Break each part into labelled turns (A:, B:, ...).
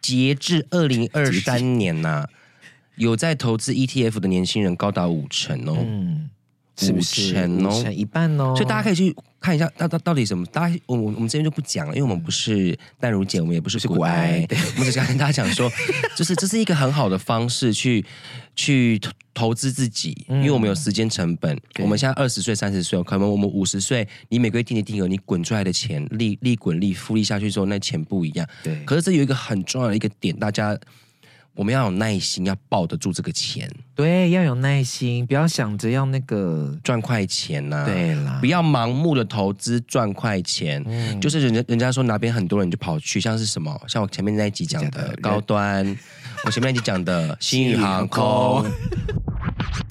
A: 截至二零二三年呐、有在投资 ETF 的年轻人高达五成哦，
B: 嗯，是不是
A: 五成哦
B: 五成一半哦，
A: 所以大家可以去看一下，那到到底什么？大家我我我们这边就不讲了，因为我们不是淡如姐，我们也不是
B: 骨
A: 骨
B: 癌
A: 癌，我们只想跟大家讲说，就是这是一个很好的方式去去投投资自己，因为我们有时间成本。
B: 嗯对
A: 我们现在二十岁、三十岁，可能我们五十岁，你每个月定的定额，你滚出来的钱利利滚利复利下去之后，那钱不一样。
B: 对，
A: 可是这有一个很重要的一个点，大家我们要有耐心，要抱得住这个钱，
B: 对，要有耐心，不要想着要那个，
A: 赚快钱啊呐、
B: 对啦
A: 不，要盲目的投资赚快钱，
B: 嗯
A: 就是人家人家说哪边很多人就跑去，像是什么，像我前面那一集讲
B: 讲的
A: 的高端，我前面那一集讲的 新宇航
B: 航
A: 空
B: 空。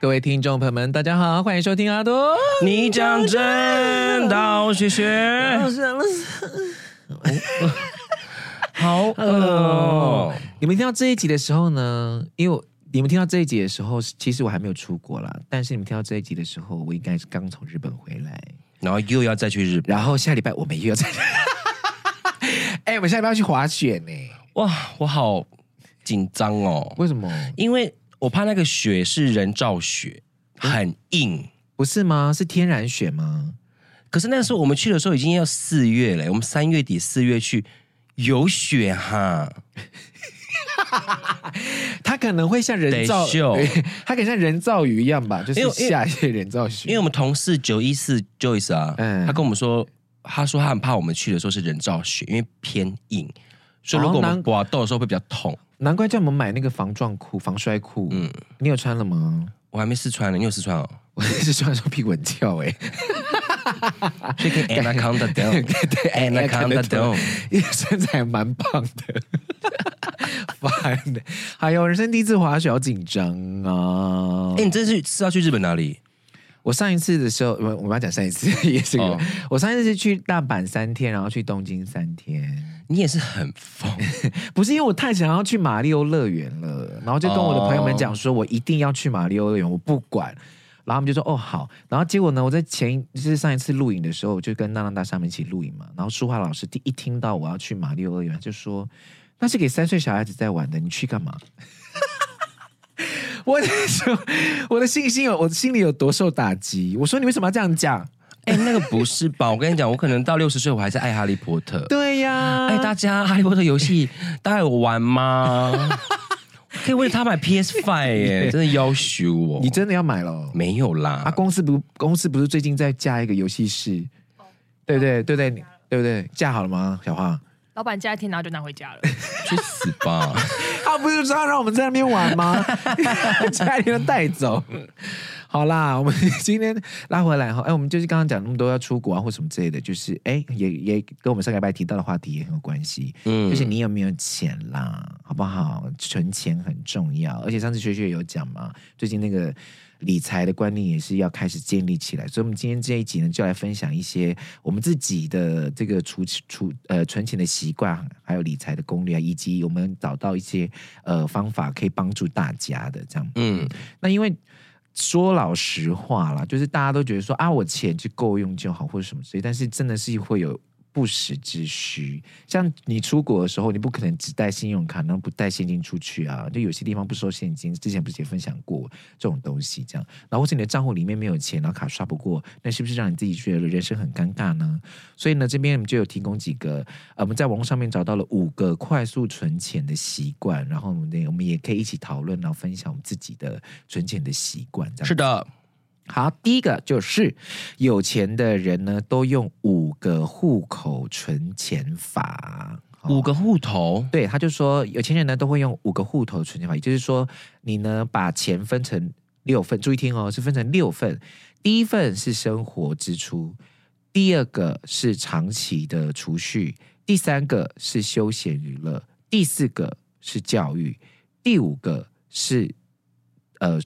B: 各位听众朋友们，大家好，欢迎收听阿多。
A: 你讲真道，谢谢。 好饿哦，
B: 你们听到这一集的时候呢，因为我你们听到这一集的时候，其实我还没有出国啦。但是你们听到这一集的时候，我应该是刚从日本回来，
A: 然后又要再去日本，
B: 然后下礼拜我们又要再， 哎、我们下礼拜要去滑雪呢、
A: 哇，我好紧张哦，
B: 为什么？
A: 因为我怕那个雪是人造雪，很硬。
B: 不是吗？是天然雪吗？
A: 可是那时候我们去的时候已经要四月了，我们三月底四月去有雪哈，
B: 它可能会像人造
A: 得 秀，
B: 它可能像人造雨一样吧，就
A: 因
B: 是
A: 为因为
B: 下一些人造雪。
A: 因为我们同事九一四 Joyce 啊，
B: 嗯
A: 他跟我们说，他说他很怕我们去的时候是人造雪，因为偏硬，所以如果我
B: 哦
A: 们
B: 难
A: 刮豆的时候会比较痛。
B: 难怪叫我们买那个防撞裤、防摔裤。嗯
A: 嗯，
B: 你有穿了吗？
A: 我还没试穿呢，你有试穿哦？
B: 我是穿的时候屁股很翘 哎、
A: 所以可以 anaconda down，对 anaconda down。
B: 因为身材还蛮棒的， 烦的。还有人生第一次滑雪，好紧张啊！
A: 哎，你这次是要去日本哪里？
B: 我上一次的时候，我我们要讲上一次 也是有、
A: 哦
B: 我上一次是去大阪三天，然后去东京三天，
A: 你也是很疯，
B: 不是因为我太想要去马里奥乐园了，然后就跟我的朋友们讲说，我一定要去马里奥乐园，我不管。然后他们就说哦好，然后结果呢？我在前一就是上一次录影的时候，我就跟娜娜大厦们一起录影嘛。然后舒华老师第一听到我要去马里奥乐园，就说那是给三岁小孩子在玩的，你去干嘛？ 我那时候我的信心有我心里有多受打击。我说你为什么要这样讲？
A: 哎，那个不是吧？我跟你讲，我可能到六十岁，我还是爱哈利波特。
B: 对呀、
A: 哎，大家，哈利波特游戏大家有玩 吗？可以为了他买 PS Five 耶，真的要求我。
B: 你真的要买了哦？
A: 没有啦？
B: 啊，公司不公司不是最近在架一个游戏室，对不对？对不对？你对不对？架好了吗，小花？
C: 老板加一天，然后就拿回家了。
A: 去死吧！
B: 他不是说要让我们在那边玩吗？ 家里人带走。好啦，我们今天拉回来哈，哎，我们就是刚刚讲那么多要出国啊或什么之类的，就是哎，也也跟我们上个礼拜提到的话题也很有关系，
A: 嗯
B: 就是你有没有钱啦，好不好？存钱很重要，而且上次学学有讲嘛，最近那个。理财的观念也是要开始建立起来，所以我们今天这一集呢，就来分享一些我们自己的这个储储呃存钱的习惯，还有理财的攻略啊，以及我们找到一些呃方法可以帮助大家的这样。
A: 嗯，
B: 那因为说老实话啦，就是大家都觉得说啊，我钱就够用就好，或者什么之类，但是真的是会有不时之需。像你出国的时候，你不可能只带信用卡，然后不带现金出去啊，就有些地方不收现金，之前不是也分享过这种东西，这样，然后或者你的账户里面没有钱，然后卡刷不过，那是不是让你自己觉得人生很尴尬呢？所以呢，这边我们就有提供几个，呃，我们在网络上面找到了五个快速存钱的习惯，然后我们呢我们也可以一起讨论，然后分享我们自己的存钱的习惯，这样
A: 是的，
B: 好，第一个就是有钱的人呢，都用五个户口存钱法。哦好
A: 五个户头，
B: 对，他就说有钱人呢都会用五个户头存钱法，也就是说你呢把钱分成六份，注意听哦，是分成六份。第一份是生活支出，第二个是长期的储蓄，第三个是休闲娱乐，第四个是教育，第五个是呃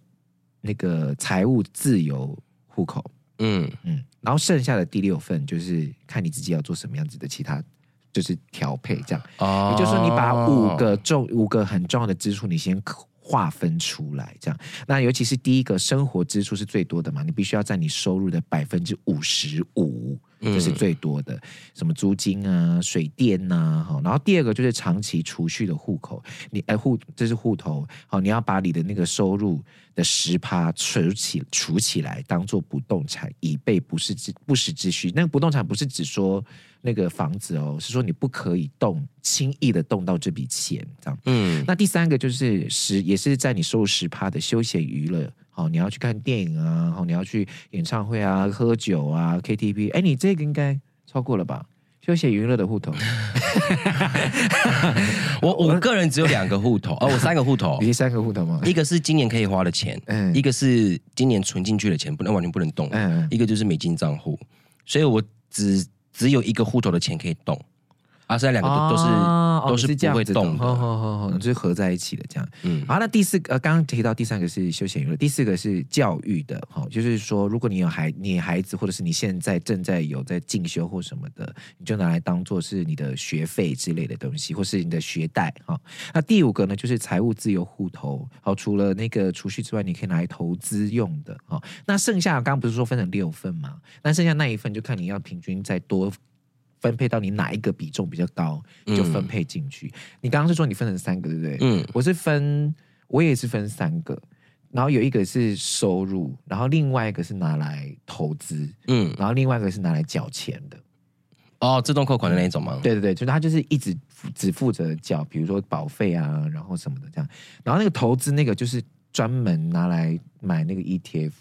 B: 那个财务自由户口。
A: 嗯，
B: 嗯，然后剩下的第六份就是看你自己要做什么样子的其他，就是调配这样。
A: 哦
B: 也就是说，你把五个重、五个很重要的支出，你先划分出来，这样。那尤其是第一个生活支出是最多的嘛，你必须要占你收入的百分之五十五，这是最多的，什么租金啊、水电呐、好。然后第二个就是长期储蓄的户口，你哎户这是户头，好，你要把你的那个收入的十趴储起储起来，当做不动产，以备不时之不时之需。那个不动产不是只说那个房子哦，是说你不可以动，轻易的动到这笔钱，这样。
A: 嗯
B: 那第三个就是十，也是在你收入十趴的休闲娱乐。好，你要去看电影啊，好，你要去演唱会啊，喝酒啊，KTV。哎，你这个应该超过了吧？休闲娱乐的户头，
A: 哦我我个人只有两个户 头，哦，我三个户头
B: 你，第三个户头吗？
A: 一个是今年可以花的钱，
B: 嗯
A: 一个是今年存进去的钱，不能完全不能动，
B: 嗯，
A: 一个就是美金账户，所以我只只有一个户头的钱可以动，啊，剩下两个都都是
B: 哦
A: 都
B: 哦你
A: 是
B: 这样
A: 不会
B: 子
A: 动
B: 好
A: 的，
B: 好好好，就是合在一起的这样。
A: 嗯
B: 好，那第四个呃，刚刚提到第三个是休闲娱乐，第四个是教育的，哈、就是说，如果你有孩你孩子，或者是你现在正在有在进修或什么的，你就拿来当做是你的学费之类的东西，或是你的学贷，哈、那第五个呢，就是财务自由户头，好、除了那个储蓄之外，你可以拿来投资用的，哈、那剩下刚刚不是说分成六份嘛？那剩下那一份就看你要平均再多。分配到你哪一个比重比较高，就分配进去。你刚刚是说你分成三个，对不对？
A: 嗯
B: 我是分，我也是分三个，然后有一个是收入，然后另外一个是拿来投资，
A: 嗯，
B: 然后另外一个是拿来缴钱的。
A: 哦，自动扣款的那一种吗？
B: 对对对，就是他就是一直负只负责缴，比如说保费啊，然后什么的这样。然后那个投资那个就是专门拿来买那个 ETF，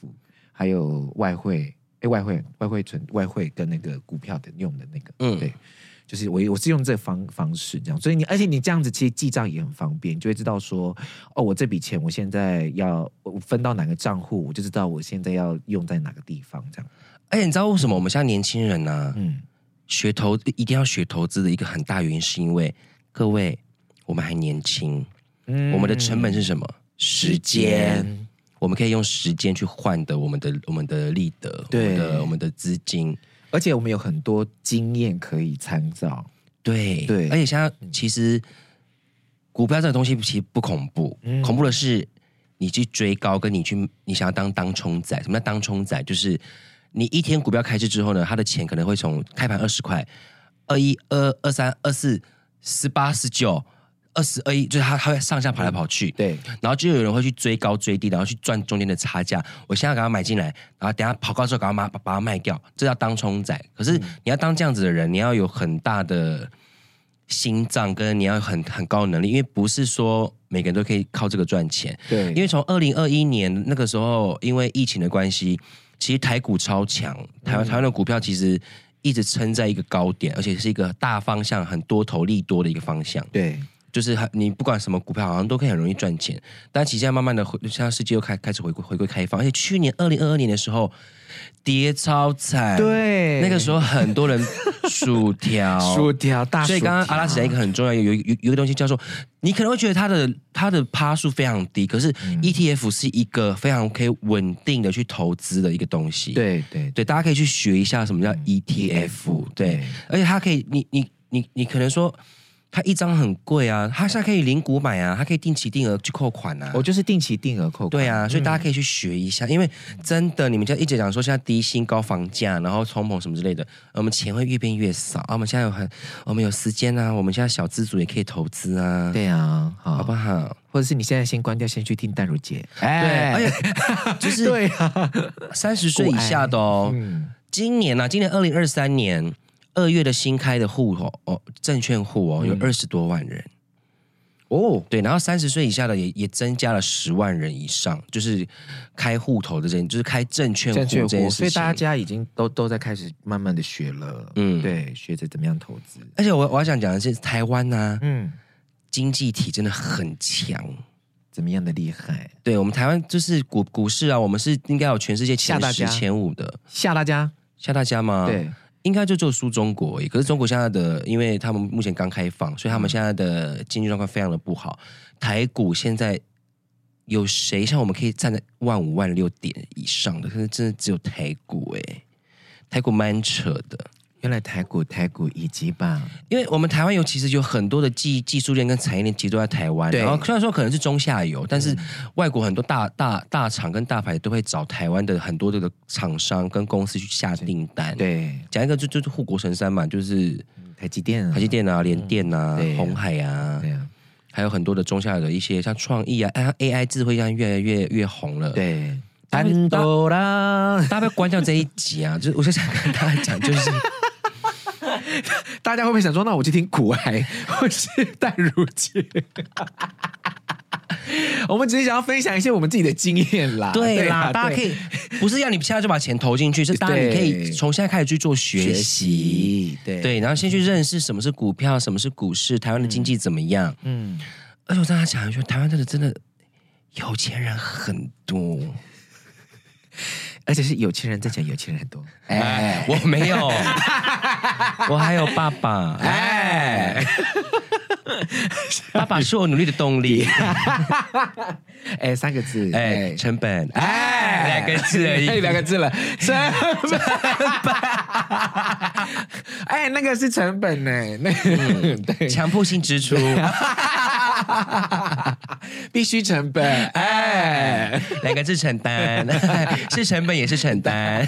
B: 还有外汇，哎，外汇外汇存外汇跟那个股票的用的那个，
A: 嗯
B: 对。就是我我是用这方方式这样，所以你而且你这样子其实记账也很方便，你就会知道说哦，我这笔钱我现在要我分到哪个账户，我就知道我现在要用在哪个地方这样。
A: 而哎且你知道为什么我们现在年轻人呢、啊
B: 嗯，
A: 学投一定要学投资的一个很大原因，是因为各位我们还年轻，
B: 嗯
A: 我们的成本是什么？时间，我们可以用时间去换得我们的我们的利得，我
B: 对
A: 们的我们的资金，
B: 而且我们有很多经验可以参照。
A: 对
B: 对
A: 而且现在其实股票这个东西其实不恐怖，
B: 嗯
A: 恐怖的是你去追高，跟你去你想要当当冲仔。什么叫当冲仔？就是你一天股票开市之后呢，他的钱可能会从开盘二十块、二一、二二三、二四、十八、十九、二十、二一，就是它它会上下
B: 嗯
A: 跑来跑去。
B: 对，
A: 然后就有人会去追高追低，然后去赚中间的差价。我现在赶快买进来，然后等下跑高之后赶快把把把它卖掉，这叫当冲仔。可是你要当这样子的人，你要有很大的心脏，跟你要有很很高的能力，因为不是说每个人都可以靠这个赚钱。
B: 对，
A: 因为从二零二一年那个时候，因为疫情的关系，其实台股超强，台湾台湾的股票其实一直撑在一个高点，而且是一个大方向，很多头利多的一个方向。
B: 对
A: 就是很你不管什么股票，好像都可以很容易赚钱。但其实现在慢慢的回，现在世界又开开始回归回归开放，而且去年二零二二年的时候跌超惨，，
B: 对，
A: 那个时候很多人薯条，
B: 薯条大
A: 哦
B: 薯条，
A: 所以刚刚阿拉斯讲一个很重要，有有有有一个东西叫做，你可能会觉得它的它的趴数非常低，可是
B: 嗯
A: ETF 是一个非常可以稳定的去投资的一个东西，
B: 对对
A: 对，大家可以去学一下什么叫
B: 嗯
A: ETF，
B: ETF
A: 对
B: E 对，
A: 而且它可以，你你你你可能说它一张很贵啊，它现在可以零股买啊，它可以定期定额去扣款啊
B: 我。就是嗯定期定额扣款。
A: 对啊，所以大家可以去学一下，因为真的，你们现在一直讲说现在低薪、高房价，然后通膨什么之类的，我们钱会越变越少啊。我们现在有很，我们有时间啊，我们现在小资族也可以投资啊，
B: 对啊，好，
A: 好不好？
B: 或者是你现在先关掉，先去听淡如姐。
A: 对，而
B: 哎，
A: 且就是
B: 对啊，
A: 三十岁以下的哦，
B: 嗯，
A: 今年啊，今年二零二三年二月的新开的户口哦，证券户哦，有二十多万人。
B: 嗯哦，
A: 对，然后三十岁以下的也也增加了十万人以上，就是开户头的这件，就是开证券户
B: 正确
A: 这件
B: 货，
A: 事情。
B: 所以大家已经都都在开始慢慢的学了，
A: 嗯
B: 对，学着怎么样投资，
A: 而且我我要想讲的是，台湾呢、
B: 嗯，
A: 经济体真的很强。
B: 怎么样的厉害，
A: 对我们台湾就是股股市啊，我们是应该有全世界前
B: 吓大
A: 十
B: 家
A: 前五的，
B: 吓大家，
A: 吓大家啊吗？
B: 对，
A: 应该就就输中国而已。可是中国现在的，因为他们目前刚开放，所以他
B: 嗯
A: 们现在的经济状况非常的不好。台股现在有谁像我们可以站在万五欸万六点以上的？可是真的只有台股哎、台股蛮扯的。
B: 原来台股台股以及吧，
A: 因为我们台湾有其实有很多的技技术链跟产业链其实都在台湾，
B: 对嗯
A: 然后虽然说可能是中下游，但是外国很多大大大厂跟大牌都会找台湾的很多这个厂商跟公司去下订单。，
B: 对，
A: 讲一个就就是护国神山嘛，就是
B: 台积电啊，
A: 台积电啊、联电啊、
B: 对啊
A: 红海啊，
B: 对啊，
A: 还有很多的中下游的一些像创意啊、AI 智慧，现在越来越越红了。，
B: 对，安斗啦，
A: 大家不要关掉这一集啊！ 就是我就想跟大家讲，就是。
B: 啊大家会不会想说，那我去听苦癌 或是淡如姐？ 我们只是想要分享一些我们自己的经验啦，
A: 对啦，
B: 啊
A: 大家可
B: 对
A: 以不是要你现在就把钱投进去，是大家你可以
B: 对
A: 从现在开始去做学
B: 学
A: 习。
B: 习，对，
A: 对，然后先去认识什么是股票，什么是股市，台湾的经济怎么样。
B: 嗯，
A: 而且我跟大家讲一句，台湾真的真的有钱人很多。
B: 而且是有钱人在讲有钱人很多，
A: 哎，我没 有，我还有爸爸。
B: 哎。
A: 爸爸是我努力的动 力。
B: 哎，三个字，
A: 哎，成本。
B: 哎
A: 哎，两个字而已。
B: 两个字 了，成本。 哎，那个是成本呢，那个 对，
A: 强迫性支出，
B: 必须成本。哎，
A: 两个字承 担，是成本也是承担。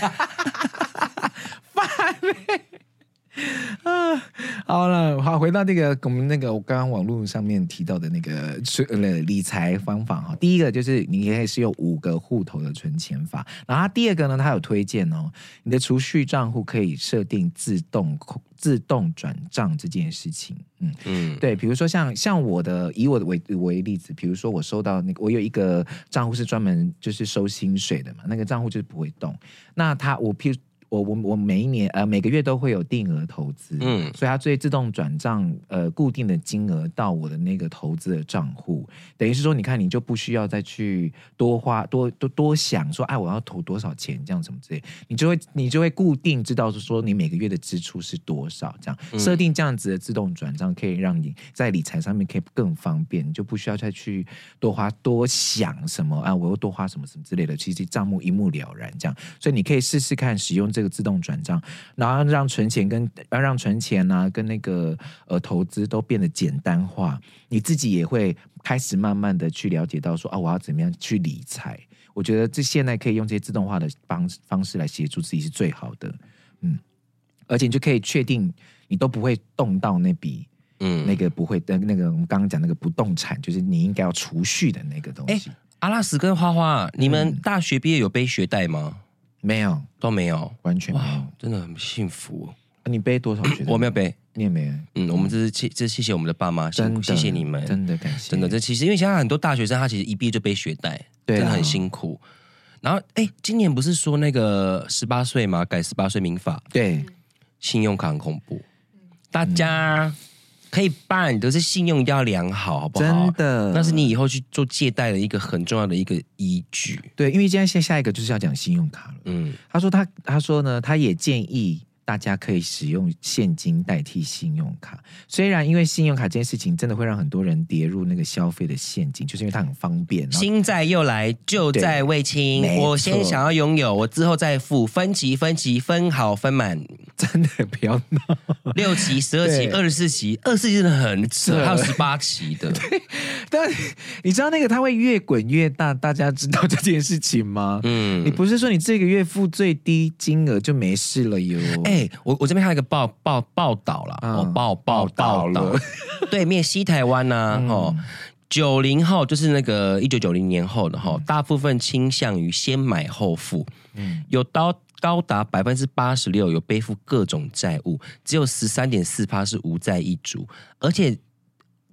B: 好了，好，回到那个我们那个我刚刚网络上面提到的那个存呃理财方法哈，第一个就是你也是有五个户头的存钱法，然后它第二个呢，它有推荐哦，你的储蓄账户可以设定自动扣自动转账这件事情，嗯。
A: 嗯，
B: 对，比如说像像我的以我的为为例子，比如说我收到那个，我有一个账户是专门就是收薪水的嘛，那个账户就是不会动。那他我譬如我我我每一年呃每个月都会有定额投资，
A: 嗯
B: 所以它最自动转账呃固定的金额到我的那个投资的账户，等于是说你看你就不需要再去多花多多多想说哎我要投多少钱这样什么之类，你就会你就会固定知道说你每个月的支出是多少这样，设定这样子的自动转账可以让你在理财上面可以更方便，你就不需要再去多花多想什么啊我又多花什么什么之类的，其实账目一目了然这样，所以你可以试试看使用这个自动转账，然后让存钱跟要让存钱啊，跟那个呃投资都变得简单化，你自己也会开始慢慢的去了解到说啊，我要怎么样去理财。我觉得这现在可以用这些自动化的方方式来协助自己是最好的，嗯，而且你就可以确定你都不会动到那笔、
A: 嗯
B: 那个不会的那个我们刚刚讲那个不动产，就是你应该要储蓄的那个东西，
A: 阿拉斯跟花花，你们大学毕业有背学贷吗？
B: 没有，
A: 都没有，
B: 完全没有。啊
A: 哇，真的很幸福。
B: 你背多少学贷？
A: 我没有背，
B: 你也没有，
A: 嗯，我们这是谢，这谢谢我们的爸妈，辛
B: 真
A: 苦
B: 的
A: 谢谢你们，
B: 真的感谢，
A: 真的，这其实因为现在很多大学生他其实一毕业就背学贷，
B: 对啊
A: 真的很辛苦。然后，哎，今年不是说那个十八岁嘛，改十八岁民法，
B: 对。
A: 信用卡很恐怖，
B: 嗯
A: 大家可以办，都是信用一定要良好，好不好？
B: 真的，
A: 那是你以后去做借贷的一个很重要的一个依据。
B: 对，因为现在下下一个就是要讲信用卡了。
A: 嗯，
B: 他说他他说呢，他也建议大家可以使用现金代替信用卡。虽然因为信用卡这件事情真的会让很多人跌入那个消费的陷阱，就是因为它很方便。然后
A: 心在又来，就在未清。
B: 没
A: 我先
B: 错
A: 想要拥有，我之后再付，分期、分期、分好、分满，
B: 真的不要闹，
A: 六期、十二期、
B: 对
A: 二十四期，二十四期真的很扯，
B: 扯
A: 还有十八期 的。
B: 但你知道那个它会越滚越大，大家知道这件事情吗？你
A: 嗯，
B: 不是说你这个月付最低金额就没事了哟？
A: 哎、我我这边还有一个报报报道啦，
B: 嗯
A: 哦，报报
B: 报
A: 报
B: 道
A: 道
B: 了，
A: 对面西台湾呐、哦。九零后就是那个一九九零年后的哈，大部分倾向于先买后付，
B: 嗯
A: 有到高达百分之八十六有背负各种债务，只有十三点四趴是无债一族，而且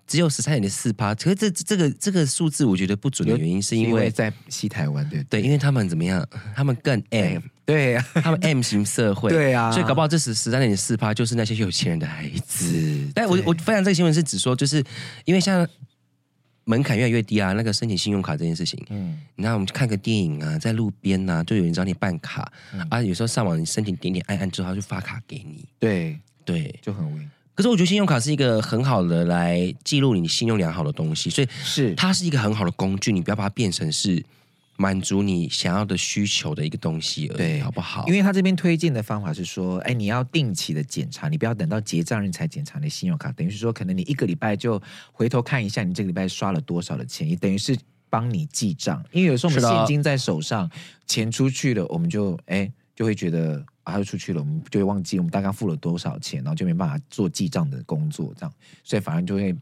A: 只有十三点四趴。可是这这个这个数字我觉得不准的原因是因为
B: 在西台湾，对不
A: 对，因为他们怎么样，他们更哎 M，
B: 对啊，
A: 他们 M 型社会，
B: 对啊
A: 所以搞不好这十十三点四趴就是那些有钱人的孩子。
B: 是
A: 但我我分享这个新闻是指说，就是因为像门槛越来越低啊，那个申请信用卡这件事情，
B: 嗯
A: 你看我们去看个电影啊，在路边啊，就有人找你办卡、
B: 嗯
A: 啊，有时候上网你申请点点按按之后，他就发卡给你。
B: 对
A: 对，
B: 就很危
A: 可是我觉得信用卡是一个很好的来记录你信用良好的东西，所以
B: 是
A: 它是一个很好的工具，你不要把它变成是满足你想要的需求的一个东西而已，
B: 对
A: 好不好？
B: 因为他这边推荐的方法是说，哎，你要定期的检查，你不要等到结账日才检查你信用卡，等于是说，可能你一个礼拜就回头看一下你这个礼拜刷了多少的钱，也等于是帮你记账。因为有时候
A: 是
B: 我们
A: 的
B: 现金在手上，钱出去了，我们就哎就会觉得啊，又出去了，我们就会忘记我们大概付了多少钱，然后就没办法做记账的工作，这样，所以反而就会。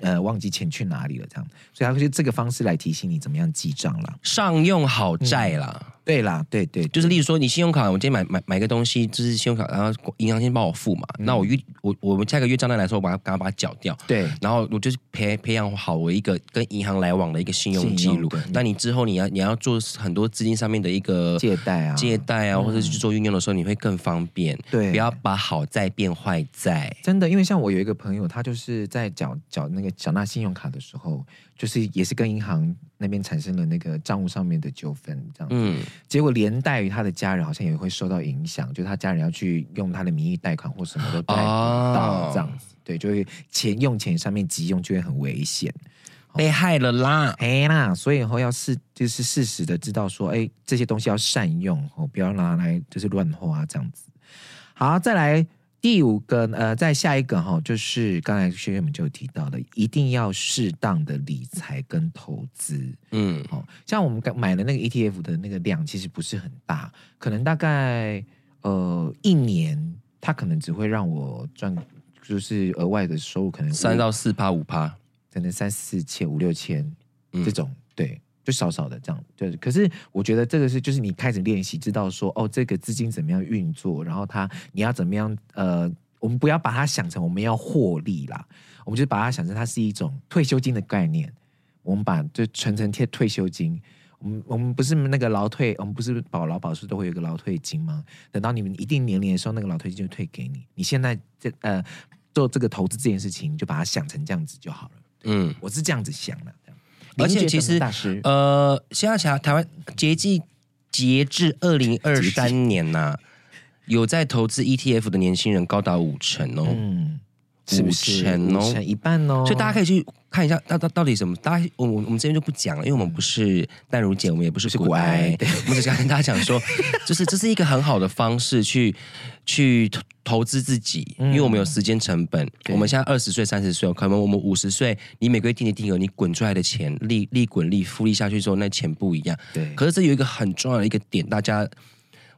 B: 呃，忘记钱去哪里了，这样，所以他会用这个方式来提醒你怎么样记账啦。
A: 上用好债啦。
B: 对啦，对对，
A: 就是例如说，你信用卡，我今天买买买个东西，就是信用卡，然后银行先帮我付嘛。
B: 嗯
A: 那我月我我们下个月账单来说，我把它赶快把它缴掉。
B: 对
A: 然后我就是培培养好我一个跟银行来往的一个信用记
B: 信用
A: 录
B: 对。
A: 那你之后你要你要做很多资金上面的一个
B: 借贷啊，
A: 借贷啊，或者是去做运用的时候，你会更方便。
B: 对，
A: 不要把好债变坏债。
B: 真的，因为像我有一个朋友，他就是在缴缴那个缴纳信用卡的时候，就是也是跟银行那边产生了那个账务上面的纠纷，这样，
A: 嗯，
B: 结果连带于他的家人好像也会受到影响，就他家人要去用他的名义贷款或什么都贷不到，
A: 哦
B: 这样子，对，就会钱用钱上面急用就会很危险。
A: 被害了啦。
B: 哎啦，所以以后要适就是适时的知道说，哎，这些东西要善用哦，不要拿来就是乱花这样子。好，再来第五个，呃，再下一个哈、就是刚才学员们就有提到的，一定要适当的理财跟投资。
A: 嗯，
B: 哦，像我们刚买的那个 ETF 的那个量其实不是很大，可能大概呃一年，它可能只会让我赚，就是额外的收入可能五
A: 三到四趴五趴。
B: 可能三四千、五六千
A: 嗯
B: 这种，对，就少少的这样。对，可是我觉得这个是就是你开始练习，知道说哦，这个资金怎么样运作，然后它你要怎么样呃。我们不要把它想成我们要获利啦，我们就把它想成它是一种退休金的概念。我们把就存成贴退休金，我们我们不是那个劳退，我们不是保劳保是都会有一个劳退金吗？等到你们一定年龄的时候，那个劳退金就退给你。你现在这呃做这个投资这件事情，你就把它想成这样子就好了。
A: 嗯，
B: 我是这样子想的。这样
A: 而
B: 您
A: 且
B: 觉得
A: 其
B: 呢
A: 实
B: 大师，
A: 呃，现在台台湾截至截至二零二三年呐、有在投资 ETF 的年轻人高达五成哦，
B: 嗯，是不是
A: 五成哦
B: 五成一半哦？
A: 所以大家可以去看一下，到到到底什么？大家我我我们这边就不讲了，因为我们不是淡如姐，我们也不是
B: 是
A: 骨
B: 骨
A: 癌
B: 癌，
A: 我们只想跟大家讲 说，就是这是一个很好的方式去去投投资自己，因为我们有时间成本。
B: 嗯对
A: 我们现在二十岁、三十岁，可能我们五十岁，你每个月定的定额，你滚出来的钱利利滚利复利下去之后，那钱不一样。
B: 对，
A: 可是这有一个很重要的一个点，大家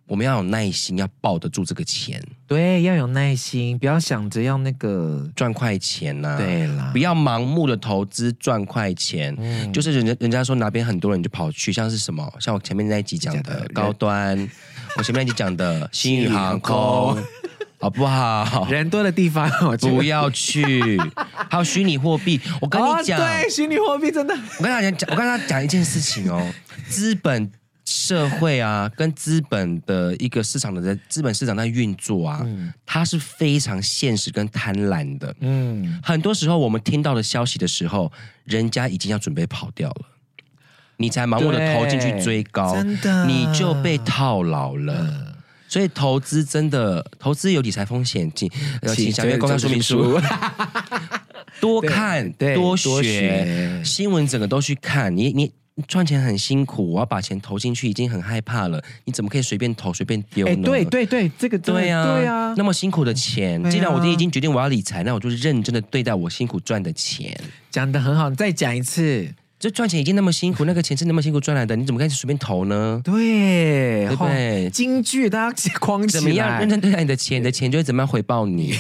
A: 我们要有耐心，要抱得住这个钱，
B: 对，要有耐心，不要想着要那个，
A: 赚快钱呐、
B: 对啦
A: 呃不，要盲目的投资赚快钱。
B: 嗯
A: 就是人家人家说哪边很多人就跑去，像是什么，像我前面那一集讲
B: 讲的
A: 的
B: 人
A: 高端， 我前面那集讲 的新宇航
B: 航
A: 空，好不 好？
B: 人多的地方，我觉得
A: 不要去，还有虚拟货币。我跟你讲，
B: 哦、对，虚拟货币真的
A: 我跟大家讲，我跟大家讲一件事情 哦，资本社会啊，跟资本的一个市场的在资本市场在运作啊，它是非常现实跟贪婪的。
B: 嗯，
A: 很多时候，我们听到的消息的时候，人家已经要准备跑掉了，你才盲目的投进去追高，
B: 真的嗯
A: 你就被套牢了。所以投资真的，投资有理财风险，请呃请详阅公开说明书。， 多看
B: 对
A: 多学
B: 多学
A: 新闻整个都去看。你你你赚钱很辛苦，我要把钱投进去已经很害怕了，你怎么可以随便投随便丢
B: 哎、
A: 呢？
B: 对对对，这个真的
A: 对呀、
B: 对啊呀、
A: 那么辛苦的钱，
B: 对啊
A: 既然我已经决定我要理财，那我就认真的对待我辛苦赚的钱。
B: 讲的很好，你再讲一次，
A: 这赚钱已经那么辛苦，那个钱是那么辛苦赚来的，你怎么可以随便投呢？
B: 对，
A: 对不对
B: 哦京剧大家 框起来，
A: 怎么样认真对待你的钱，你的钱就会怎么样回报你。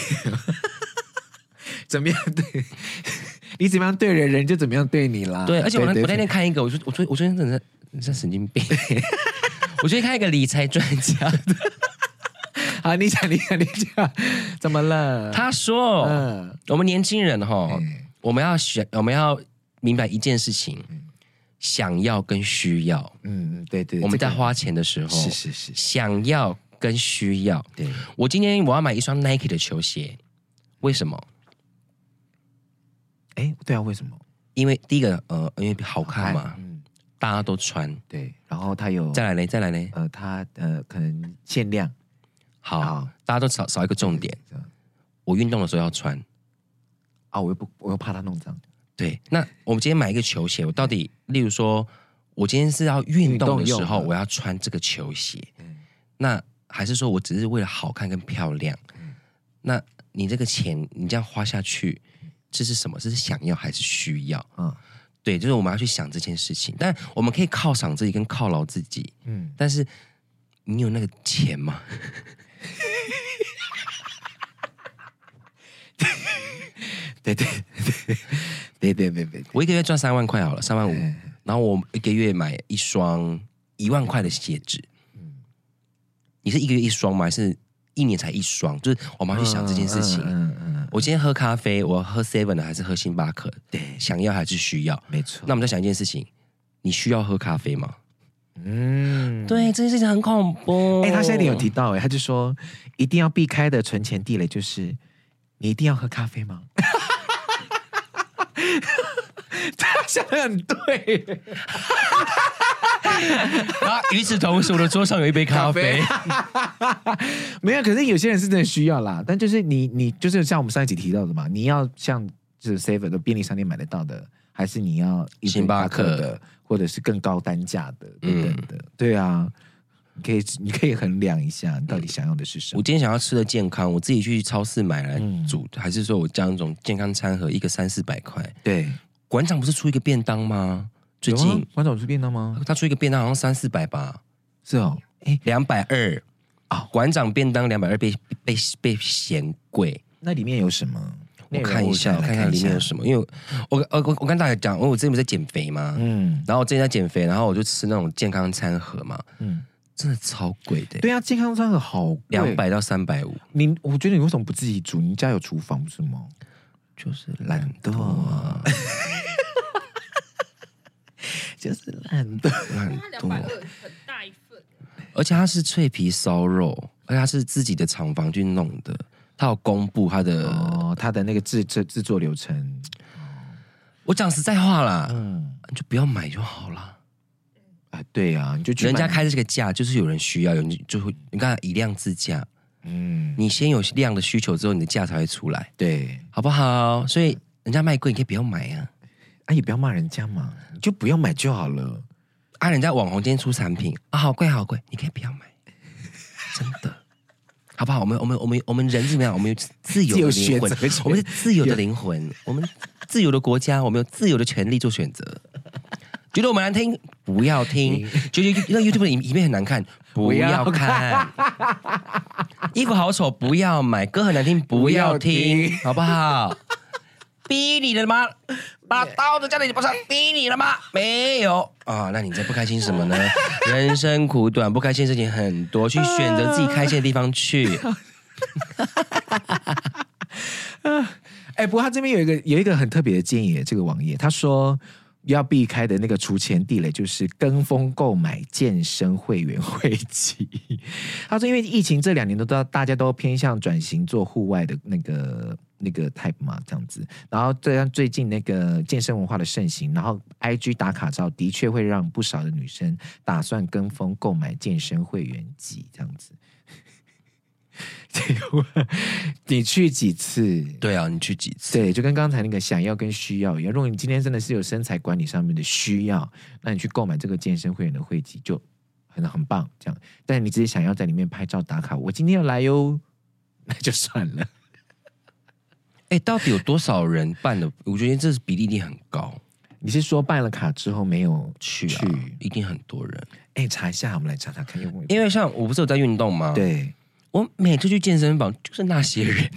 B: 怎么样对？ 你怎么样对人，人就怎么样对你啦。
A: 对，而且我那
B: 对
A: 我那
B: 对
A: 天看一个，我说我昨我昨天真的是是神经 病。我昨天看一个理财专家，
B: 嗯好，啊你讲，你 讲，你讲，怎么了？
A: 他哦嗯说，
B: 嗯，哦
A: 我们年轻人哈，我们要选，我们要明白一件事情：想要跟需要。
B: 嗯，对对，
A: 我们
B: 这
A: 在
B: 个
A: 花钱的时候，
B: 是是是，
A: 想要跟需要。
B: 对，
A: 我今天我要买一双 Nike 的球鞋，为什么？
B: 哎，对啊，为什么？
A: 因为第一个，呃，因为好看嘛，
B: 嗯，
A: 大家都穿。
B: 对，然后他有
A: 再来嘞，再来嘞，
B: 呃，他呃，可能限量，
A: 好，
B: 好
A: 大家都少少一个重点。
B: 这样
A: 我运动的时候要穿。
B: 啊，我又不，我又怕他弄脏，
A: 对，那我们今天买一个球鞋，我到底，例如说，我今天是要运动的时
B: 运动
A: 候，
B: 用的
A: 我要穿这个球鞋。
B: 嗯
A: 那还是说我只是为了好看跟漂亮？
B: 嗯
A: 那你这个钱你这样花下去，这是什么？这是想要还是需要？
B: 嗯
A: 对，就是我们要去想这件事情。但我们可以犒赏自己跟犒劳自己，
B: 嗯，
A: 但是你有那个钱吗？
B: 对对 对对对对对，
A: 我一个月赚三万块好了，三万五，
B: 嗯
A: 然后我一个月买一双一万块的鞋子。
B: 嗯
A: 你是一个月一双吗？还是一年才一双？就是我们要去想这件事情。
B: 嗯嗯嗯，
A: 我今天喝咖啡，我要喝 seven 的还是喝星巴克？
B: 对，
A: 想要还是需要？
B: 没错
A: 那。我们再想一件事情：你需要喝咖啡吗？
B: 嗯，
A: 对，这件事情很恐怖。
B: 哎、他现在有提到哎、他就说一定要避开的存钱地雷就是你一定要喝咖啡吗？ 他想的很对，
A: 然后啊与此同时，我的桌上有一杯咖啡。
B: 没有，可是有些人是真的需要啦。但就是你，你就是像我们上一集提到的嘛，你要像就是 Seven 的便利商店买得到的，还是你要一杯
A: 星巴克嗯
B: 的，或者是更高单价的等等的？对啊，你可以你可以衡量一下，你到底想要的是什
A: 我
B: 么。
A: 今天想要吃的健康，我自己去超市买来
B: 嗯
A: 煮，还是说我加那种健康餐盒，一个三四百块？
B: 对，
A: 馆长不是出一个便当吗？最
B: 有啊
A: 近、
B: 馆长出便当吗？
A: 他出一个便当好像三四百吧，
B: 是哦，哎、
A: 两百二
B: 哦
A: 馆长便当两百二被被被嫌贵。
B: 那里面有什么？
A: 我看一下，我看一下里面有什么，因为我我我我跟大家讲，因为我之前不是在减肥嘛，
B: 嗯
A: 然后我之前在减肥，然后我就吃那种健康餐盒嘛，
B: 嗯，
A: 真的超贵的，
B: 对啊，健康餐盒好贵
A: 两。百到三百五，
B: 你我觉得你为什么不自己煮？你家有厨房不是吗？
A: 就是懒惰啊，
B: 就是懒得。
A: 懒
C: 两百
A: 惰，
C: 二很大一份，
A: 而且它是脆皮烧肉，而且它是自己的厂房去弄的，它有公布它的，
B: 哦，他的那个制制制作流程，
A: 我讲实在话啦，
B: 嗯
A: 你就不要买就好啦。
B: 啊，对啊，你就去
A: 人家
B: 买，
A: 开的这个价，就是有人需要，有人就会你看以量制价，
B: 嗯，
A: 你先有量的需求之后，你的价才会出来，
B: 对，
A: 好不好？所以人家卖贵，你可以不要买啊。
B: 啊，也不要骂人家嘛，你就不要买就好了。
A: 啊，人家网红今天出产品啊，好贵好贵，你可以不要买，真的，好不好？我们我们我们我们人是怎么样？我们有自由的
B: 自由
A: 灵
B: 选择
A: 魂
B: 权，
A: 我们是自由的灵魂，我们自由的国家，我们有自由的权利做选择。觉得我们难听，不要听；觉得那 YouTube 的影影片很难看，不要看；衣服好丑，不要买；歌很难听，不要
B: 不要
A: 听
B: 听，
A: 好不好？逼你了吗？把刀子架在你脖上，逼你了吗？没有啊、那你在不开心什么 呢？人生苦短，不开心的事情很多，去选择自己开心的地方 去。
B: 哎，不过他这边有一个有一个很特别的建议，这个网页他说。要避开的那个除钱地雷就是跟风购买健身会员会籍。 他说，因为疫情这两年都大大家都偏向转型做户外的那个那个 type 嘛，这样子。然后这样最近那个健身文化的盛行，然后 IG 打卡照的确会让不少的女生打算跟风购买健身会员籍，这样子。 结果你去几次？
A: 对啊，你去几次？
B: 对，就跟刚才那个想要跟需要一样。如果你今天真的是有身材管理上面的需要，那你去购买这个健身会员的会籍就很很棒。这样，但你只是想要在里面拍照打卡，我今天要来哟， 那就算了。
A: 哎、到底有多少人办的？我觉得这是比例一定很高，
B: 你是说办了卡之后没有
A: 去啊，
B: 去
A: 一定很多人。
B: 哎，查一下，我们来查查看有没有。
A: 因为像我不是有在运动吗？，
B: 对，
A: 我每次去健身房就是那些 人，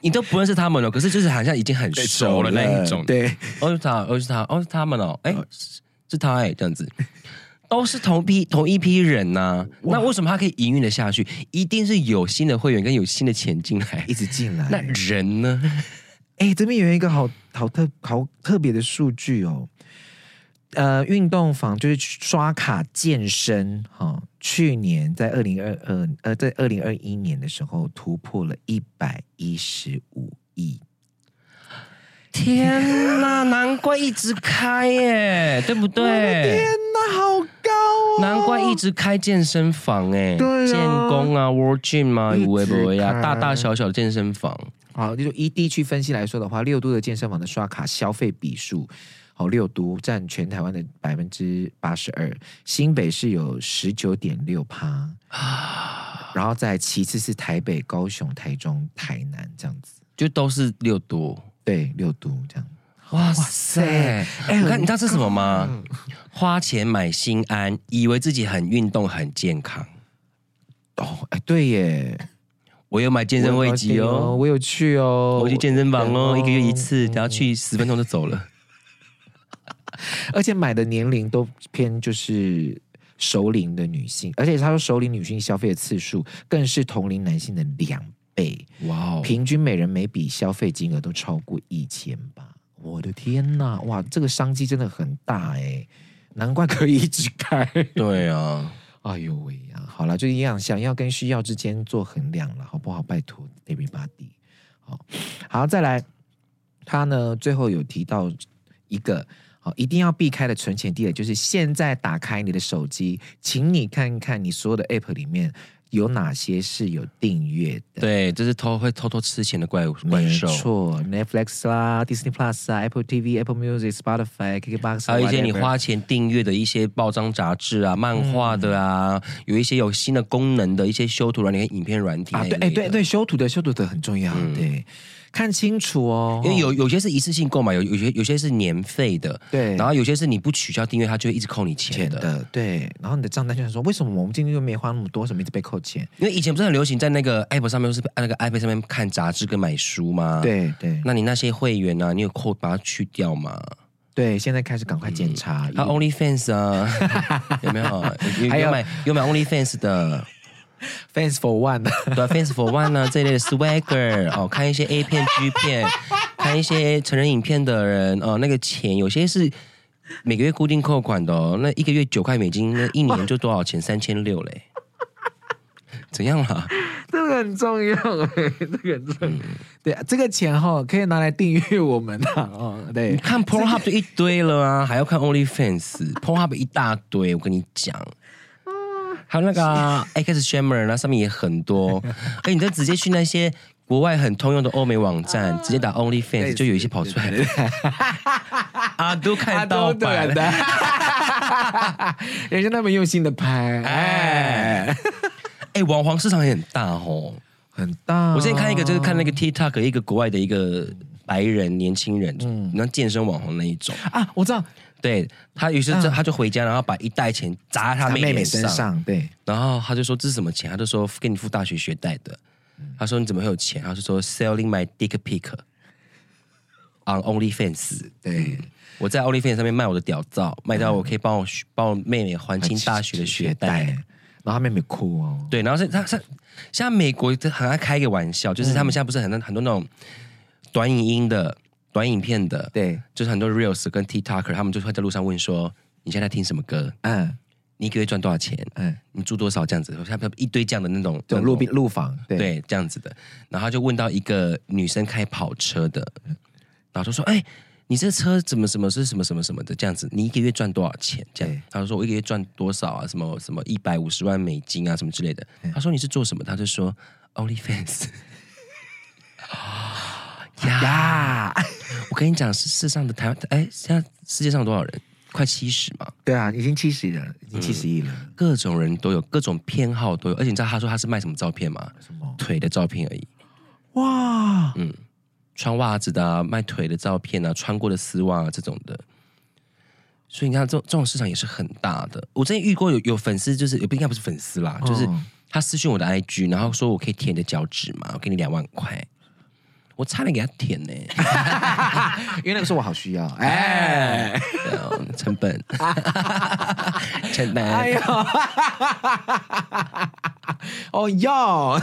A: 你都不认识他们了，可是就是好像已经很熟了那一种。
B: 对，
A: 哦是他，哦是他，哦是他们哦，哎、是是他哎、这样子，都是同批同一批人呐、那为什么他可以营运的下去？一定是有新的会员跟有新的钱进来
B: 一。直进来。
A: 那人呢？
B: 哎，这边有一个好好特好特别的数据哦，呃，运动房就是刷卡健身哈、去年在二零二二呃，在二零二一年的时候突破了一百一十五亿，
A: 天呐，难怪一直开耶，对不对？
B: 哪，好高哦
A: 难怪一直开健身房哎、
B: 对啊
A: 建工啊，World Gym 啊，
B: 一直
A: 有为不为啊，
B: 开
A: 大大小小的健身房，
B: 好，就以地区分析来说的话，六都的健身房的刷卡消费笔数，好，六都占全台湾的百分之八十二，新北市有十九点六趴，然后再其次是台北、高雄、台中、台南这样子，
A: 就都是六多。
B: 对，六都这样。
A: 哇塞！
B: 哎
A: 你看，你知道这是什么吗？花钱买心安，以为自己很运动、很健康。
B: 哦，哎，对耶，
A: 我有买健身会籍哦，
B: 我有去哦，
A: 我去健身房哦，
B: 对嗯
A: 一个月一次，然后去十分钟就走了。
B: 而且买的年龄都偏就是熟龄的女性，而且他说熟龄女性消费的次数更是同龄男性的两倍，
A: 哇哦！
B: 平均每人每笔消费金额都超过一千八。我的天呐，哇，这个商机真的很大哎、难怪可以一直开。
A: 对啊，
B: 哎呦喂呀、好了，就一样，想要跟需要之间做衡量了，好不好？拜托，everybody。好，好，再来，他呢最后有提到一个。好，一定要避开的存钱地雷就是现在打开你的手机，请你看看你所有的 App 里面有哪些是有订阅的。
A: 对，这是偷会偷偷吃钱的怪怪
B: 没
A: 兽。
B: 错，Netflix 啦、Disney Plus 啊、Apple TV、Apple Music、Spotify、KKBox，
A: 还有一些你
B: whatever
A: 花钱订阅的一些报章杂志啊、漫画的啊，
B: 嗯
A: 有一些有新的功能的一些修图软体、影片软体
B: 啊，对，哎，对。对，修图的修图的很重要，
A: 嗯
B: 对，看清楚哦，
A: 因为有有些是一次性购买，有有些有些是年费的，
B: 对，
A: 然后有些是你不取消订阅，它就会一直扣你钱
B: 钱
A: 的。
B: 的，对。然后你的账单就想说，为什么我们今天就没花那么多，为什么一直被扣钱？
A: 因为以前不是很流行在那个 App 上面，就是那个 iPad 上面看杂志跟买书吗？。
B: 对对
A: 那你那些会员啊，你有扣把它去掉吗？
B: 对，现在开始赶快检查。
A: 还有 OnlyFans 啊， 有没有？有
B: 还有
A: 有买有买 OnlyFans 的，
B: Fans for One，
A: 对啊，Fans for One 啊这一类的 Swagger 哦，看一些 A 片、G 片，看一些成人影片的人哦，那个钱有些是每个月固定扣款的哦，那一个月九块美金，那一年就多少钱？三千六嘞， 怎样啦？
B: 这个很重要， 哎这个很重
A: 嗯
B: 要。对，这个钱哈可以拿来订阅我们的哦。
A: 你
B: 对，
A: 看 Pornhub 就一堆了啊，还要看 OnlyFans，Pornhub 一大堆，我跟你讲。还有那个啊 X Shamer，那上面也很 多。哎，你再直接去那些国外很通用的欧美网站，直接打 OnlyFans，就有一些跑出来了。 啊，都看到
B: 对
A: 版，
B: 的， 人家那么用心的拍，哎
A: 哎， 哎，网黄市场也很大哦。
B: 很大。
A: 我之前看一个，就是看那个 TikTok 一个国外的一个白人年轻人，嗯，那健身网红那一种。
B: 啊，我知道，
A: 对他，于是这他就回家，然后把一袋钱嗯砸在他
B: 他
A: 妹
B: 妹妹
A: 脸
B: 身上，对，
A: 然后他就说这是什么钱？他就说给你付大学学贷的。他说你怎么会有钱？他就说 selling my dick pic on OnlyFans。
B: 对，
A: 我在 OnlyFans 上面卖我的屌照，卖到我可以帮我帮我妹妹还清大学的学贷。，
B: 然后他妹妹哭哦，
A: 对，然后是他是现在美国很爱开一个玩笑，就是他们现在不是很多很多那种短影音的短影片的，
B: 对，
A: 就是很多 reels 跟 TikToker，他们就会在路上问说你现在在听什么歌？
B: 嗯
A: 你一个月赚多少钱？
B: 嗯，
A: 你住多少？这样子，他们一堆这样的那种
B: 这
A: 那
B: 种路
A: 种
B: 边路房，对
A: 对，这样子的。然后他就问到一个女生开跑车的，然后就说：“哎、你这车怎么什么是什么什么什么的这样子？你一个月赚多少钱？”这
B: 对
A: 样，他就说：“我一个月赚多少啊？什么什么一百五十万美金啊，什么之类的。”他说：“你是做什么？”他就说：“OnlyFans。呀，
B: 呀，
A: 我跟你讲，世世上的台湾，哎，现在世界上有多少人？快七十嘛，
B: 对啊，已经七十了，已经七十亿了，
A: 各种人都有，各种偏好都有。而且你知道他说他是卖什么照片吗？
B: 什么？
A: 腿的照片而已。
B: 哇，
A: 穿袜子的、啊、卖腿的照片啊、穿过的丝袜啊这种的。所以你看，这种这种市场也是很大的。我之前遇过有有粉丝，就是也不应该不是粉丝啦，就是
B: 嗯
A: 他私讯我的 IG，然后说我可以舔你的脚趾嘛，我给你两万块，我差点给他舔呢、
B: 因为那个时候我好需要， 哎，
A: 对啊成 本， 成本。
B: 哎呦， 哦哟，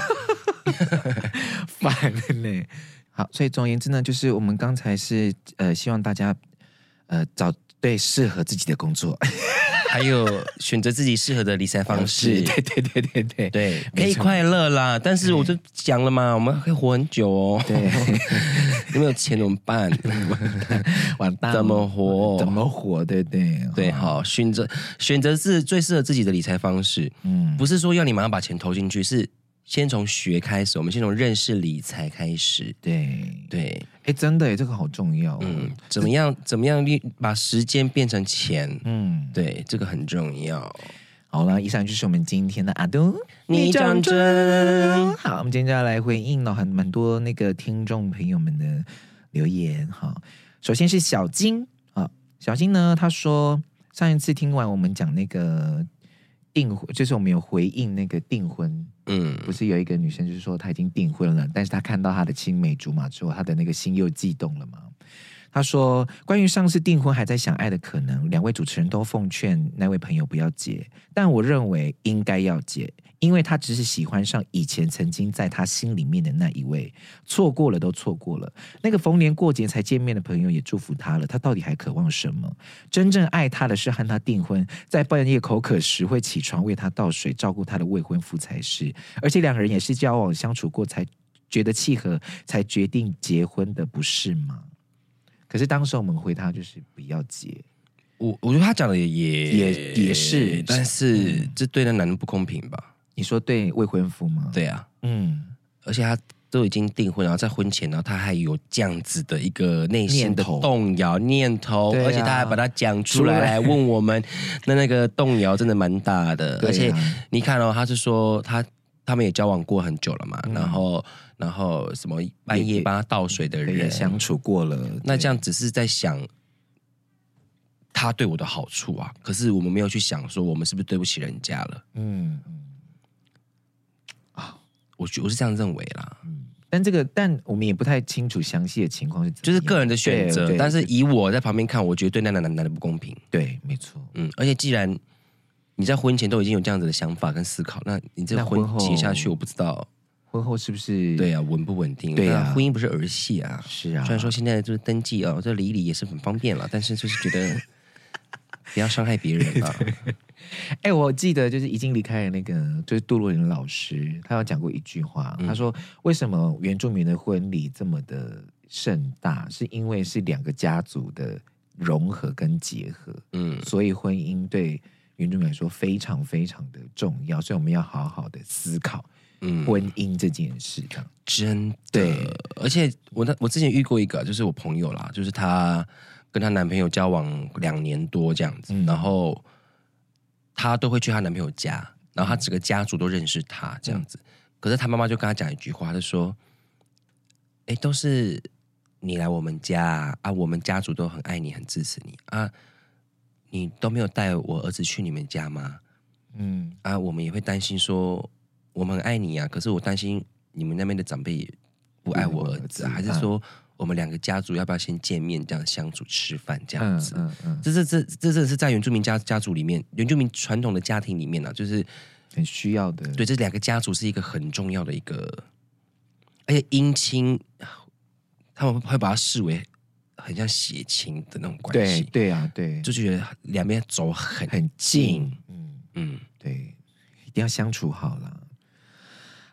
B: 烦呢。好，所以总而言之呢，就是我们刚才是呃，希望大家呃找对适合自己的工作
A: 还有选择自己适合的理财方 式，
B: 对对对对对
A: 对，
B: 没
A: 可以
B: 错
A: 快乐啦。但是我就讲了嘛，我们可以活很久哦。
B: 对，
A: 你 没有钱怎么 办？
B: 完蛋了，
A: 怎么活
B: 怎么活？对对
A: 对，，好，选择选择是最适合自己的理财方式，
B: 嗯，
A: 不是说要你马上把钱投进去，是先从学开始，我们先从认识理财开始。
B: 对对，
A: 对，
B: 哎，真的哎，这个好重要哦。
A: 嗯，怎么样？怎么样利把时间变成钱？
B: 嗯，
A: 对，这个很重要。
B: 好了，以上就是我们今天的阿东，
A: 你讲真，
B: 好，我们今天就要来回应了很蛮多那个听众朋友们的留言哈。首先是小金啊，小金呢，他说上一次听完我们讲那个订婚，就是我们有回应那个订婚，
A: 嗯，
B: 不是有一个女生就是说她已经订婚了，但是她看到她的青梅竹马之后，她的那个心又悸动了嘛。她说：“关于上次订婚还在想爱的可能，两位主持人都奉劝那位朋友不要结，但我认为应该要结，因为他只是喜欢上以前曾经在他心里面的那一位，错过了都错过了。那个逢年过节才见面的朋友也祝福他了，他到底还渴望什么？真正爱他的是和他订婚，在半夜口渴时会起床为他倒水，照顾他的未婚夫才是。而且两个人也是交往相处过才觉得契合，才决定结婚的，不是吗？可是当时我们回他就是不要结，
A: 我我觉得他讲的也也
B: 也也是
A: 但是、
B: 嗯
A: 这对那男的不公平吧？
B: 你说对未婚夫吗？，
A: 对啊，
B: 嗯，
A: 而且他都已经订婚，然后在婚前，然后他还有这样子的一个内心的
B: 念头
A: 动摇念头，
B: 对啊
A: 而且他还把它讲出来
B: 出来
A: 来问我们，那那个动摇真的蛮大的。
B: 对啊
A: 而且你看哦，他是说他他们也交往过很久了嘛，然后然后什么半夜
B: 嗯也
A: 帮他倒水的
B: 对也
A: 人，
B: 相处过了，
A: 那
B: 对
A: 这样只是在想。他对我的好处啊，可是我们没有去想说我们是不是对不起人家了。
B: 嗯嗯
A: 我觉我是这样认为啦，
B: 嗯，但这个但我们也不太清楚详细的情况是怎么
A: 就是
B: 样，
A: 个人的选
B: 对
A: 择。
B: 对
A: 但是以我在旁边看，我觉得对那男男男的不公平。
B: 对，没错，
A: 嗯，而且既然你在婚前都已经有这样子的想法跟思考，那你这
B: 那
A: 婚
B: 婚后
A: 结下去，我不知道，
B: 婚后是不是
A: 对啊，稳不稳定？
B: 对啊
A: 那婚姻不是儿戏啊。
B: 是啊？
A: 虽然说现在就是登记哦，这离一离也是很方便了，但是就是觉得 不要伤害别人嘛。
B: 哎、我记得就是已经离开的那个就是杜洛林老师，他有讲过一句话，
A: 嗯
B: 他说为什么原住民的婚礼这么的盛大，是因为是两个家族的融合跟结合，
A: 嗯，
B: 所以婚姻对原住民来说非常非常的重要，所以我们要好好的思考
A: 嗯
B: 婚姻这件事这样
A: 真的
B: 对，
A: 而且我那我之前遇过一个，就是我朋友啦，就是她跟她男朋友交往两年多这样子，
B: 嗯
A: 然后她都会去她男朋友家，然后她整个家族都认识她这样子。
B: 嗯
A: 可是她妈妈就跟她讲一句话，她说：“哎，都是你来我们家啊，我们家族都很爱你，很支持你啊，你都没有带我儿子去你们家吗？”
B: 嗯，
A: 啊，我们也会担心说，我们很爱你啊，可是我担心你们那边的长辈也不爱我儿子、啊，
B: 不爱我儿
A: 还
B: 子
A: 是说我们两个家族要不要先见面，这样相处吃饭这样子？
B: 嗯嗯嗯，
A: 这这这这这是在原住民家家族里面，原住民传统的家庭里面啊，就是
B: 很需要的，
A: 对这两个家族是一个很重要的一个，而且姻亲他们会把它视为很像血亲的那种关
B: 对
A: 系，
B: 对啊，对，
A: 就觉得两边走很
B: 很
A: 近
B: 近，嗯。
A: 嗯，
B: 对，一定要相处好啦。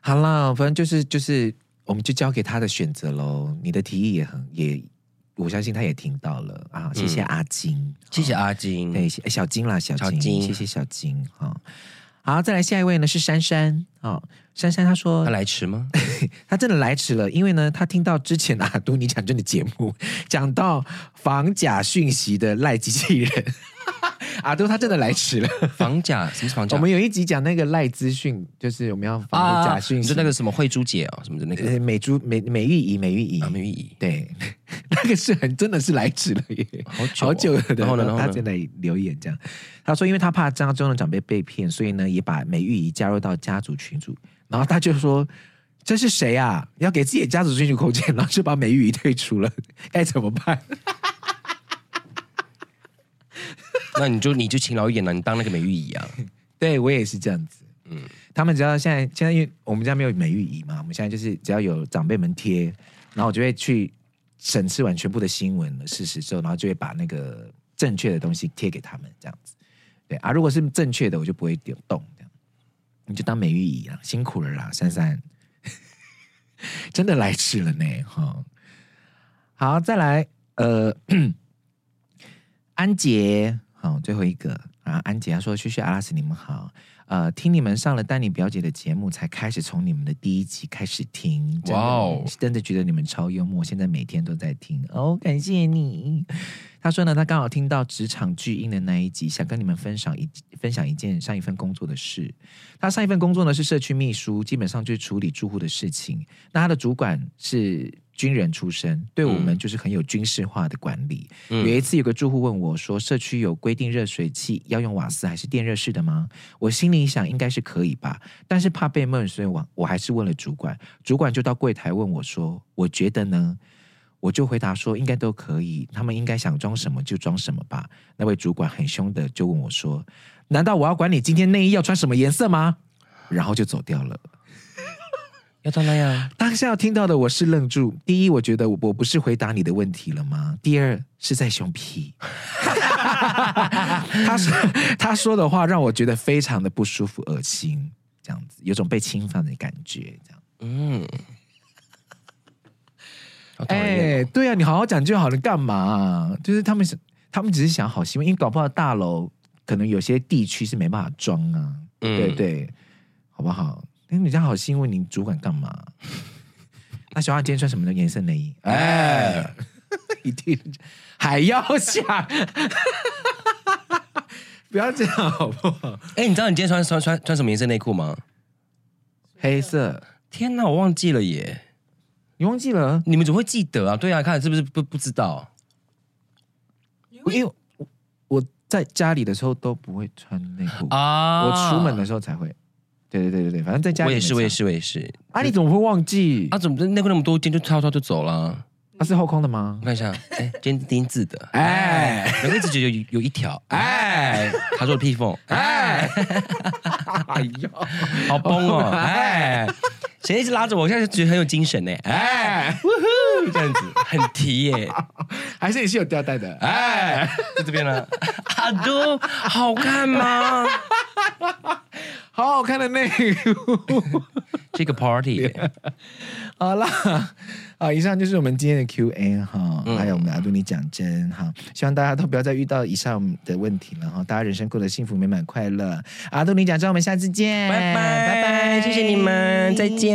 B: 好啦，反正就是就是，我们就交给他的选择喽。你的提议也很也，我相信他也听到了啊。谢谢阿金，
A: 嗯谢谢
B: 啊
A: 阿金，
B: 对小小金啦，小
A: 小
B: 金，
A: 金
B: 谢谢小金哈、好，再来下一位呢是珊珊啊、珊珊她说
A: 他来迟吗？
B: 他真的来迟了，因为呢，他听到之前 的阿都你讲真的节目，讲到防假讯息的赖机器人， 阿都他真的来迟了。
A: 防假 什么是防假？
B: 我们有一集讲那个赖资讯，就是我们要防
A: 啊，
B: 止假讯
A: 你
B: 息，
A: 说那个什么慧珠姐哦，什么的那个
B: 呃美珠美美玉仪美玉仪，
A: 啊，没有意义，
B: 对， 那个是很真的是来迟了耶。
A: 好久哦
B: 好久了的，
A: 然后呢，然
B: 他
A: 后
B: 真
A: 呢，
B: 的留言这样，他说因为他怕张中的长辈被骗，所以呢也把美玉仪加入到家族群组，然后他就说这是谁啊？要给自己的家族群组空间，然后就把美玉仪退出了， 该怎么办？
A: 那你就你就勤劳一点了，你当那个美玉 仪啊，
B: 对我也是这样子。嗯，他们只要现在现在因为我们家没有美玉仪嘛，我们现在就是只要有长辈们贴，然后我就会去审视完全部的新闻了事实之后，然后就会把那个正确的东西贴给他们这样子。对啊，如果是正确的，我就不会丢动这样。你就当美玉仪啦，辛苦了啦，珊珊， 真的来迟了呢哈、 好，再来呃，安杰，好，最后一个然后安姐她说：“旭旭阿拉斯，你们好，呃，听你们上了丹尼表姐的节目，才开始从你们的第一集开始听，真的
A: 哇哦
B: 真的觉得你们超幽默，现在每天都在听哦，感谢你。” 她说呢，她刚好听到职场巨婴的那一集，想跟你们分享一分享一件上一份工作的事。她上一份工作呢是社区秘书，基本上就是处理住户的事情。那她的主管是军人出身，对我们
A: 嗯
B: 就是很有军事化的管理。
A: 嗯
B: 有一次有个住户问我说：“社区有规定热水器要用瓦斯还是电热式的吗？”我心里想应该是可以吧，但是怕被问，所以我我还是问了主管。主管就到柜台问我说：“我觉得呢？”我就回答说：“应该都可以，他们应该想装什么就装什么吧。”那位主管很凶的就问我说：“难道我要管你今天内衣要穿什么颜色吗？”然后就走掉了。
A: 要到那样，
B: 当下听到的我是愣住。第一，我觉得我我不是回答你的问题了吗？第二是在凶屁。他说他说的话让我觉得非常的不舒服、恶心，这样子有种被侵犯的感觉。这样，
A: 嗯，好讨厌哦、
B: 哎，对啊，你好好讲就好了，干嘛啊、就是他们想，他们只是想好希望，因为搞不好大楼可能有些地区是没办法装啊，
A: 嗯
B: 对对，好不好？那你这样好心问你主管干嘛？ 那小花你今天穿什么颜色内衣？哎， 一定还要想，不要这样好不好？
A: 哎、你知道你今天穿穿穿穿什么颜色内裤吗？
B: 黑色，
A: 天哪，我忘记了耶！
B: 你忘记了？
A: 你们怎么会记得啊？对啊，看是不是不不知道？
B: 因为我我在家里的时候都不会穿内裤，
A: 啊
B: 我出门的时候才会。对对对对对，反正在家
A: 我
B: 里
A: 也是，
B: 没
A: 我也
B: 差
A: 是，我也是。
B: 啊！你怎么会忘记？
A: 啊，怎么内裤那么多件就跳跳就走了？
B: 它是后空的吗
A: 我？看一下，哎，今天丁字的，
B: 哎
A: 我一直觉得有有一条，
B: 哎
A: 卡住了屁缝，
B: 哎， 哎呦
A: 好崩哦，哎，谁一直拉着我，我现在就觉得很有精神呢，哎，
B: 哎！
A: 这样子很提耶，
B: 还是你是有吊带的？
A: 哎，在这边呢，阿都好看吗？
B: 好好看的内裤。
A: 这个 party，
B: 好啦，好，以上就是我们今天的 Q&A 哈，还有我们的阿杜你讲真哈，希望大家都不要再遇到以上的问题了哈，大家人生过得幸福美满快乐。阿杜你讲真，我们下次见，
A: 拜拜
B: 拜拜，
A: 谢谢你们，再。见。